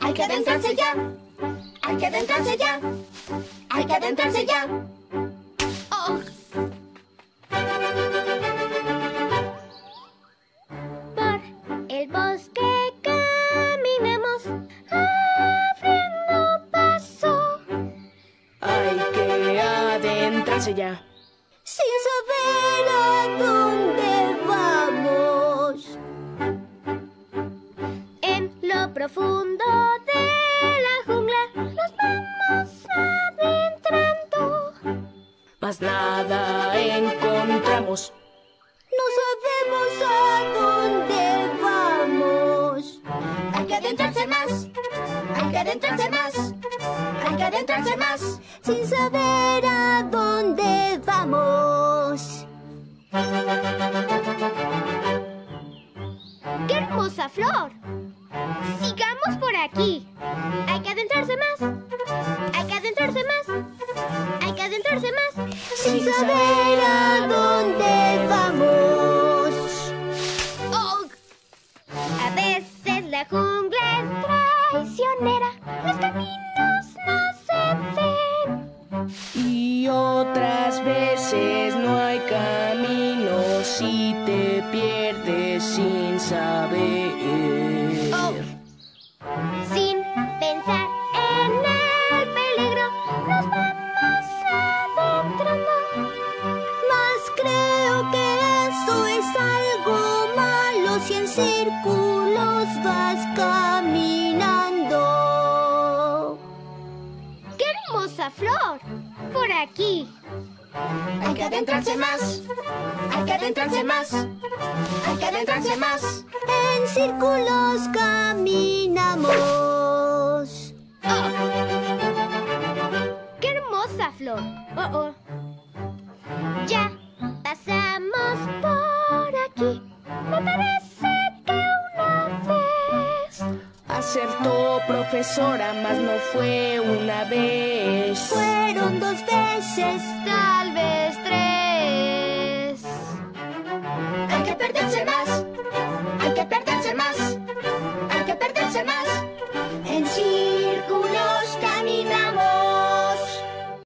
Hay que adentrarse ya. Hay que adentrarse ya. Hay que adentrarse ya. Oh. Por el bosque caminamos abriendo paso. Hay que adentrarse ya. Sin saber a dónde vamos. En lo profundo de la jungla nos vamos adentrando. Mas nada encontramos. No sabemos a dónde vamos. Hay que adentrarse más. Hay que adentrarse más. Hay que adentrarse más. Sin saber a dónde vamos. ¡Qué hermosa flor! Sigamos por aquí. Hay que adentrarse más. Hay que adentrarse más. Hay que adentrarse más. Sin saber a dónde vamos. Oh. A veces la jungla es traicionera. Los caminos no se ven. Y otras veces no hay camino si te pierdes sin saber. Oh. Sin pensar en el peligro, nos vamos adentrando. Mas creo que eso es algo malo si en círculos vas caminando. ¡Qué hermosa flor! Por aquí. Hay que adentrarse más. Hay que adentrarse más. Hay que adentrarse más. En círculos caminamos. Oh. ¡Qué hermosa flor! Oh, oh. Ya pasamos por aquí. Me parece que una vez. Acertó profesora, mas no fue una vez. Fueron dos veces, tal vez tres. Hay que perderse más. Hay que perderse más. Hay que perderse más.